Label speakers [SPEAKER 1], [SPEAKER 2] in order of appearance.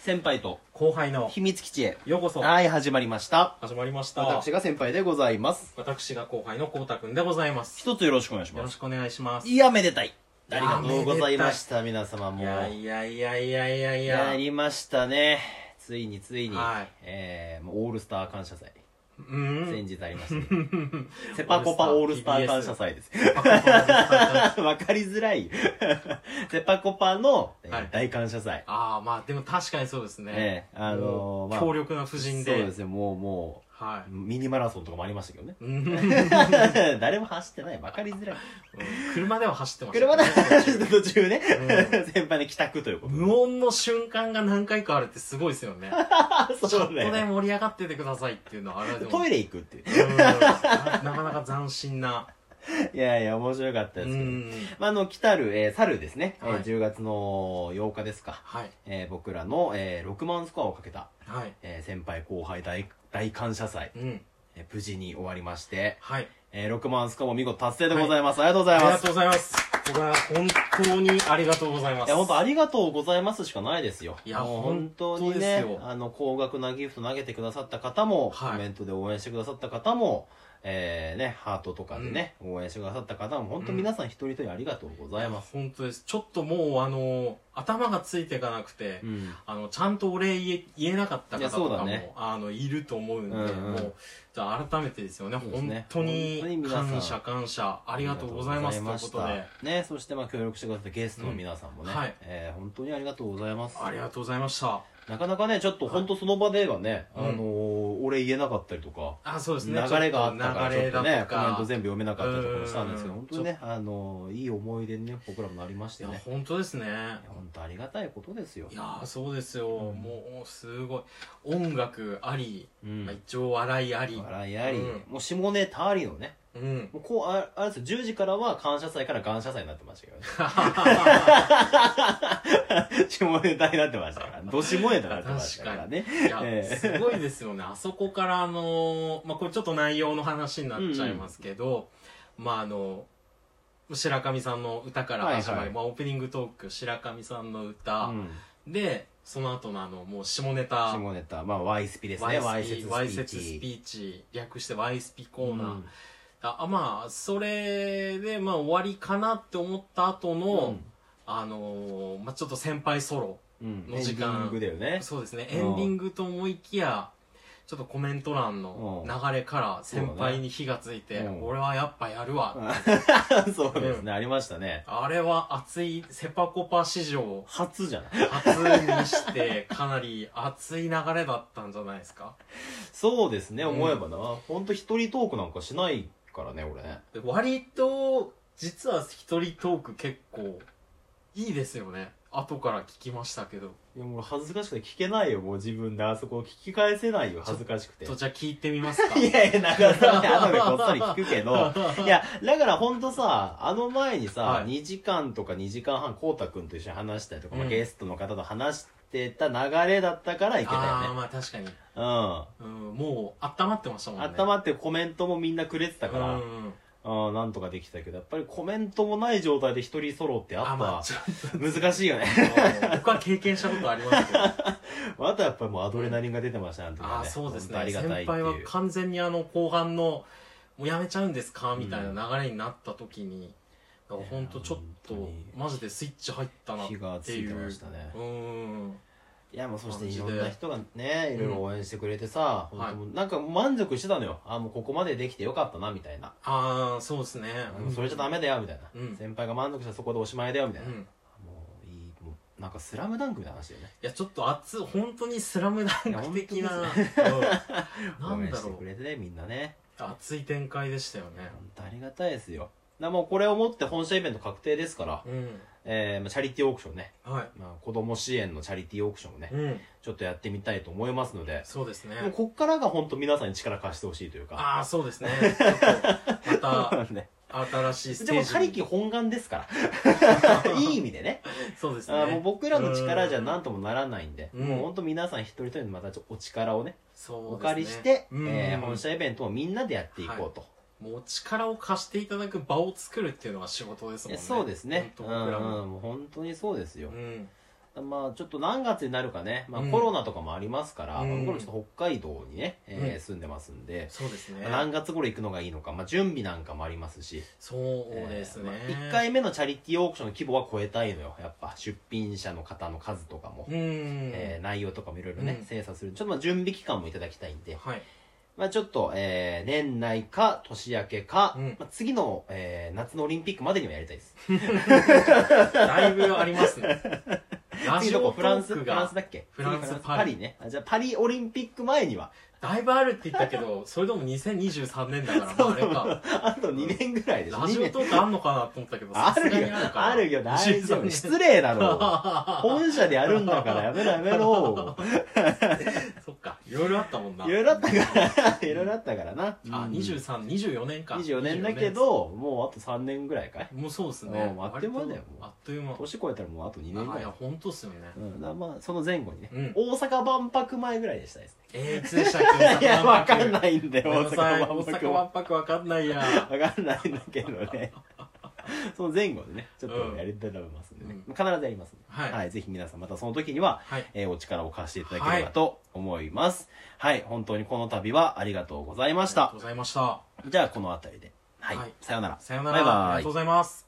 [SPEAKER 1] 先輩と
[SPEAKER 2] 後輩の
[SPEAKER 1] 秘密基地へ。
[SPEAKER 2] ようこそ
[SPEAKER 1] はい、始まりました。
[SPEAKER 2] 始まりました
[SPEAKER 1] 私が先輩でございます。
[SPEAKER 2] 私が後輩のこうたくんでございます
[SPEAKER 1] 一つよろしくお願いし
[SPEAKER 2] よ
[SPEAKER 1] ま
[SPEAKER 2] ろ
[SPEAKER 1] す。
[SPEAKER 2] しくお願いします
[SPEAKER 1] いや、めでたい。あ
[SPEAKER 2] い
[SPEAKER 1] り
[SPEAKER 2] や
[SPEAKER 1] がとうございました、皆様も。
[SPEAKER 2] いうやいやいやいやいやい
[SPEAKER 1] や
[SPEAKER 2] や
[SPEAKER 1] りましたね。ついについに、
[SPEAKER 2] はい
[SPEAKER 1] えー、もうオールスター感謝祭。
[SPEAKER 2] う
[SPEAKER 1] 先
[SPEAKER 2] ん
[SPEAKER 1] 日ありましたけど、 セパコパオールスター感謝祭です。
[SPEAKER 2] あ
[SPEAKER 1] わかりづらい。 セパコパの、えー
[SPEAKER 2] はい
[SPEAKER 1] 大感謝祭。
[SPEAKER 2] あーまあでも確かにそうですね
[SPEAKER 1] ええあのー、まあ、
[SPEAKER 2] 強力な布陣
[SPEAKER 1] そう
[SPEAKER 2] で
[SPEAKER 1] ですね、もうも
[SPEAKER 2] は
[SPEAKER 1] う、ミニマラソンとかもありましたけど ね。
[SPEAKER 2] いうん
[SPEAKER 1] 誰も走ってない。わかりづらい。
[SPEAKER 2] 車では走ってました
[SPEAKER 1] 車で走って途中ね、
[SPEAKER 2] う
[SPEAKER 1] 先輩の帰宅ということで。
[SPEAKER 2] 無音の瞬間が何回かあるってすごいですよね
[SPEAKER 1] あ
[SPEAKER 2] ちょっ
[SPEAKER 1] そ
[SPEAKER 2] と
[SPEAKER 1] うだよ
[SPEAKER 2] で盛り上がっててくださいっていうのはあれでも
[SPEAKER 1] トイレ行くっていう。
[SPEAKER 2] うんなかなか斬新ない
[SPEAKER 1] やいや、面白かった
[SPEAKER 2] う
[SPEAKER 1] ですけど。
[SPEAKER 2] ん
[SPEAKER 1] まあ、あの、来たる、えー、猿ですね、
[SPEAKER 2] はい
[SPEAKER 1] えー10月の8日ですか。
[SPEAKER 2] はい
[SPEAKER 1] えー僕らの、えー6万スコアをかけた、
[SPEAKER 2] はい
[SPEAKER 1] えー先輩後輩大大感謝祭、
[SPEAKER 2] うん
[SPEAKER 1] えー無事に終わりまして、
[SPEAKER 2] はい
[SPEAKER 1] えー6万スコアも見事達成でございます。ありがとうござ
[SPEAKER 2] あ
[SPEAKER 1] い
[SPEAKER 2] り
[SPEAKER 1] ま
[SPEAKER 2] が
[SPEAKER 1] す。
[SPEAKER 2] とうございますこれは本当にありがとうございま
[SPEAKER 1] い
[SPEAKER 2] す
[SPEAKER 1] や、本当ありがとうございますしかないですよ。
[SPEAKER 2] いや
[SPEAKER 1] もう本当に
[SPEAKER 2] 本
[SPEAKER 1] ね
[SPEAKER 2] 当です、よ
[SPEAKER 1] あの、高額なギフト投げてくださった方も、
[SPEAKER 2] はい
[SPEAKER 1] コメントで応援してくださった方も、えー、ね、ハートとかでね、応援してくださった方も、本当皆さん一人一人ありがとうございます。
[SPEAKER 2] 本当ですちょっともうあの頭がついていかなくて、
[SPEAKER 1] うん。
[SPEAKER 2] あのちゃんとお礼言え言えなかった
[SPEAKER 1] いや
[SPEAKER 2] 方
[SPEAKER 1] そう
[SPEAKER 2] と
[SPEAKER 1] だ
[SPEAKER 2] かも、
[SPEAKER 1] ね
[SPEAKER 2] あのいると思うんで、
[SPEAKER 1] うんうん
[SPEAKER 2] もうじゃあ改めてですよね
[SPEAKER 1] そうですね
[SPEAKER 2] 本当に
[SPEAKER 1] 本当に皆さん
[SPEAKER 2] 感謝感謝ありがとうございますということ
[SPEAKER 1] ありがとうござい
[SPEAKER 2] で
[SPEAKER 1] ましたね、そしてまあ協力してくださったゲストの皆さんもね、
[SPEAKER 2] うんはい
[SPEAKER 1] えー本当にありがとうございます。
[SPEAKER 2] ありがとうございました
[SPEAKER 1] なかなかね、ちょっと本当その場ではね、
[SPEAKER 2] はい
[SPEAKER 1] あのー俺言えなかったりとか、
[SPEAKER 2] あそうです
[SPEAKER 1] 流
[SPEAKER 2] ね
[SPEAKER 1] れがあったから、
[SPEAKER 2] ち
[SPEAKER 1] ち
[SPEAKER 2] ょ
[SPEAKER 1] ょっと
[SPEAKER 2] っと流れだ
[SPEAKER 1] ね
[SPEAKER 2] と、
[SPEAKER 1] コ
[SPEAKER 2] か
[SPEAKER 1] メント全部読めなかったりとかしたんですけど、
[SPEAKER 2] うん
[SPEAKER 1] 本当にね、あのーいい思い出にね、僕らもなりまし
[SPEAKER 2] い
[SPEAKER 1] た
[SPEAKER 2] や
[SPEAKER 1] ね。
[SPEAKER 2] 本当ですね
[SPEAKER 1] いや本当ありがたいことですよ
[SPEAKER 2] い。やーそうですよ、
[SPEAKER 1] うん
[SPEAKER 2] もうすごい音楽あり、
[SPEAKER 1] うん
[SPEAKER 2] まあ、一応笑いあり
[SPEAKER 1] 笑いあり、
[SPEAKER 2] うん
[SPEAKER 1] もう下ネタありのね、
[SPEAKER 2] うん
[SPEAKER 1] もうこう、ああれですよ、10時からは感謝祭から感謝祭になってました けどね。下ネタになってましたから、ど下ネタになってましたからね。
[SPEAKER 2] いや
[SPEAKER 1] ええ
[SPEAKER 2] すごいで すよねあそこからあのーまあこれちょっと内容の話になっちゃいますけど、まああの白神さんの歌から始まり、
[SPEAKER 1] はいはい
[SPEAKER 2] まあ、オープニングトーク白神さんの
[SPEAKER 1] う
[SPEAKER 2] 歌、
[SPEAKER 1] ん、
[SPEAKER 2] でその後のあのもう下ネタ
[SPEAKER 1] 下ネタ、まあ、ワイスピですね、ワ
[SPEAKER 2] ワ
[SPEAKER 1] イ
[SPEAKER 2] イ
[SPEAKER 1] セツ
[SPEAKER 2] スピ
[SPEAKER 1] スピ
[SPEAKER 2] ワイセ
[SPEAKER 1] ー
[SPEAKER 2] ツス
[SPEAKER 1] チ。
[SPEAKER 2] ピーチ略してワイスピコーナー、
[SPEAKER 1] うん
[SPEAKER 2] あまあそれでまあ終わりかなって思った後の、あのーまあ、ちょっと先輩ソロ
[SPEAKER 1] うん、
[SPEAKER 2] の時間
[SPEAKER 1] エンディングだよ ね。
[SPEAKER 2] そうですね
[SPEAKER 1] うん
[SPEAKER 2] エンディングと思いきやちょっとコメント欄の流れから先輩に火がついて、
[SPEAKER 1] そうだねうん
[SPEAKER 2] 俺はやっぱやるわ、
[SPEAKER 1] そうですね、ありましたね。
[SPEAKER 2] あれは熱いセパコパ史上
[SPEAKER 1] 初じゃない
[SPEAKER 2] 初にして かなり熱い流れだったんじゃないですか
[SPEAKER 1] そうですね、
[SPEAKER 2] うん
[SPEAKER 1] 思えばな。ほんと一人トークなんかしないからね、俺ね。
[SPEAKER 2] で割と実は一人トーク結構いいですよね後から聞きましたけど
[SPEAKER 1] いや、もう恥ずかしくて聞けないよ、もう自分であそこを聞き返せないよ、恥ずかしくて。
[SPEAKER 2] とじゃあ聞いてみますか
[SPEAKER 1] いやいや、なんかさ、後でこっそり聞くけ ど。いや、だからほんとさ、あの前にさ、
[SPEAKER 2] はい
[SPEAKER 1] 2時間とか2時間半、こうたくんと一緒に話したりとか、まあ
[SPEAKER 2] うん
[SPEAKER 1] ゲストの方と話してた流れだったからいけた
[SPEAKER 2] ああ
[SPEAKER 1] よね。
[SPEAKER 2] まあ確かに、
[SPEAKER 1] うん。
[SPEAKER 2] うん、もう温まってましたもんね
[SPEAKER 1] 温まってコメントもみんなくれてたから、う
[SPEAKER 2] う
[SPEAKER 1] ん
[SPEAKER 2] ん
[SPEAKER 1] なんとかできたけど、やっぱりコメントもない状態で一人ソロってやっ
[SPEAKER 2] あまあ
[SPEAKER 1] ぱ
[SPEAKER 2] ちょっ
[SPEAKER 1] 難しいよね。
[SPEAKER 2] と僕は経験したことありますけど
[SPEAKER 1] あとやっぱりもうアドレナリンが出てましたね、あの時は
[SPEAKER 2] ああそうです
[SPEAKER 1] 本当あ
[SPEAKER 2] ね
[SPEAKER 1] りが
[SPEAKER 2] 先
[SPEAKER 1] たいって
[SPEAKER 2] 輩はい完全にあの後半の「もうやめちゃうんですか?」みたいな流れになった時に、だからほんとちょっ
[SPEAKER 1] いや
[SPEAKER 2] と
[SPEAKER 1] 本当に
[SPEAKER 2] マジでスイッチ入ったな
[SPEAKER 1] う。
[SPEAKER 2] って
[SPEAKER 1] 火がつ
[SPEAKER 2] い
[SPEAKER 1] いてま
[SPEAKER 2] う
[SPEAKER 1] したね
[SPEAKER 2] う。ん
[SPEAKER 1] いや、もうそして
[SPEAKER 2] 感
[SPEAKER 1] い
[SPEAKER 2] じで
[SPEAKER 1] ろんな人がね、いろいろ応援してくれてさ、
[SPEAKER 2] うん
[SPEAKER 1] 本当もうなんか満足してたのよ。あ、もうここまでできてよかったな、みたいな。
[SPEAKER 2] ああそうですね
[SPEAKER 1] もうそれじゃダメだよ、みたいな。
[SPEAKER 2] うん
[SPEAKER 1] 先輩が満足したらそこでおしまいだよ、み
[SPEAKER 2] う
[SPEAKER 1] たいな。
[SPEAKER 2] ん
[SPEAKER 1] もういい、もうなんかスラムダンクみたいな話だよね。
[SPEAKER 2] いやちょっと熱本当にスラムダンク的な、
[SPEAKER 1] いや
[SPEAKER 2] うんな
[SPEAKER 1] 応
[SPEAKER 2] ん
[SPEAKER 1] 援
[SPEAKER 2] だ
[SPEAKER 1] して
[SPEAKER 2] ろ
[SPEAKER 1] くれてね、みんなね。
[SPEAKER 2] う熱い展開でしたよね
[SPEAKER 1] 本当ありがたいですよ。なもうこれをもって本社イベント確定ですから、
[SPEAKER 2] うん
[SPEAKER 1] えーまあ、チャリティーオークションね、
[SPEAKER 2] はい
[SPEAKER 1] まあ、子供支援のチャリティーオークションをね、
[SPEAKER 2] うん
[SPEAKER 1] ちょっとやってみたいと思いますので、
[SPEAKER 2] そうですね
[SPEAKER 1] もうこっからが本当皆さんに力貸してほしいというか。
[SPEAKER 2] ああそうですねちょっとまた
[SPEAKER 1] ね、
[SPEAKER 2] 新しいス
[SPEAKER 1] で
[SPEAKER 2] テ
[SPEAKER 1] も、
[SPEAKER 2] ージ
[SPEAKER 1] 他
[SPEAKER 2] に
[SPEAKER 1] 力本願です から。いい意味でね。
[SPEAKER 2] そうです
[SPEAKER 1] あーも
[SPEAKER 2] ね
[SPEAKER 1] う僕らの力じゃなんともならないんで、
[SPEAKER 2] うん
[SPEAKER 1] もう本当皆さん一人一人のまたちょっとお力をね、
[SPEAKER 2] そうですね
[SPEAKER 1] お借りして、
[SPEAKER 2] うん
[SPEAKER 1] えー本社イベントをみんなでやっていこうと。
[SPEAKER 2] もう力を貸していただく場を作るっていうのが仕事ですもん
[SPEAKER 1] え
[SPEAKER 2] ね
[SPEAKER 1] そうですね。
[SPEAKER 2] 本
[SPEAKER 1] うん
[SPEAKER 2] 当僕らも
[SPEAKER 1] うん、もう本当にそうですよ。
[SPEAKER 2] うん
[SPEAKER 1] だまあちょっと何月になるかね、まあ、
[SPEAKER 2] うん
[SPEAKER 1] コロナとかもありますから、
[SPEAKER 2] うん
[SPEAKER 1] 僕らちょっと北海道にね、えー
[SPEAKER 2] うん
[SPEAKER 1] 住んでますんで、
[SPEAKER 2] そうですね
[SPEAKER 1] まあ何月頃行くのがいいのか、まあ、準備なんかもありますし
[SPEAKER 2] そうですね、
[SPEAKER 1] えーまあ1回目のチャリティーオークションの規模は超えたいのよやっぱ出品者の方の数とかも、
[SPEAKER 2] うん、
[SPEAKER 1] えー内容とかもいろいろね、
[SPEAKER 2] うん
[SPEAKER 1] 精査するちょっとまあ準備期間もいただきたいんで、
[SPEAKER 2] はい
[SPEAKER 1] まあ、ちょっと、えー年内か年明けか、
[SPEAKER 2] うん
[SPEAKER 1] まあ、次の、えー夏のオリンピックまでにはやりたいです
[SPEAKER 2] だいぶありますねラ
[SPEAKER 1] 次
[SPEAKER 2] ジ
[SPEAKER 1] どこ
[SPEAKER 2] オト
[SPEAKER 1] フ ラン
[SPEAKER 2] ー
[SPEAKER 1] ス
[SPEAKER 2] ク
[SPEAKER 1] フラン
[SPEAKER 2] が
[SPEAKER 1] スだっけ
[SPEAKER 2] フランス
[SPEAKER 1] 次
[SPEAKER 2] パリ
[SPEAKER 1] パリねあじゃあパリオリンピック前には
[SPEAKER 2] だいぶあるって言ったけどそれでも2023年だからまああれか
[SPEAKER 1] あと2年ぐらいでしょ
[SPEAKER 2] ラジオ
[SPEAKER 1] 2年
[SPEAKER 2] トークあんのかなと思ったけど
[SPEAKER 1] あ
[SPEAKER 2] さすが
[SPEAKER 1] る
[SPEAKER 2] に
[SPEAKER 1] よ
[SPEAKER 2] あるか
[SPEAKER 1] あるよ 大丈
[SPEAKER 2] 23
[SPEAKER 1] 夫
[SPEAKER 2] 年
[SPEAKER 1] 失礼だ ろ本社でやるんだからやめろやめろ
[SPEAKER 2] そっかいろいろあったもんない
[SPEAKER 1] ろいろあったからいろいろあったからな
[SPEAKER 2] あ
[SPEAKER 1] うん
[SPEAKER 2] 2324年か
[SPEAKER 1] 24年だけどもうあと3年ぐらいかい
[SPEAKER 2] もうそうです
[SPEAKER 1] う
[SPEAKER 2] ね
[SPEAKER 1] んあっという間だよ
[SPEAKER 2] 割とあっという間
[SPEAKER 1] 年越えたらもうあと2年ぐ
[SPEAKER 2] あ
[SPEAKER 1] らい
[SPEAKER 2] いや本当っすよね
[SPEAKER 1] うん、だからまあその前後にね、
[SPEAKER 2] うん
[SPEAKER 1] 大阪万博前ぐらいでしたです
[SPEAKER 2] えーいつでしたっ
[SPEAKER 1] ね
[SPEAKER 2] け
[SPEAKER 1] いやわかん
[SPEAKER 2] い
[SPEAKER 1] ないんだよ
[SPEAKER 2] ごめん
[SPEAKER 1] 大
[SPEAKER 2] なさい
[SPEAKER 1] 阪
[SPEAKER 2] 大
[SPEAKER 1] 万
[SPEAKER 2] 阪
[SPEAKER 1] 博
[SPEAKER 2] 万
[SPEAKER 1] わ
[SPEAKER 2] 博わかんないや
[SPEAKER 1] かんないんだけどねその前後でねちょっとやれたらと思いますんでね、
[SPEAKER 2] う
[SPEAKER 1] 必ずやりますんで
[SPEAKER 2] はい
[SPEAKER 1] はい、ぜひ皆さんまたその時には、
[SPEAKER 2] はい
[SPEAKER 1] えーお力を貸していただければと思いますはい、本当にこの度はありがとうございま
[SPEAKER 2] あ
[SPEAKER 1] し
[SPEAKER 2] りがと
[SPEAKER 1] た
[SPEAKER 2] うございました
[SPEAKER 1] じゃあこの辺りではい、
[SPEAKER 2] はい
[SPEAKER 1] さようなら
[SPEAKER 2] さよなら
[SPEAKER 1] バイバイ
[SPEAKER 2] ありがとうございます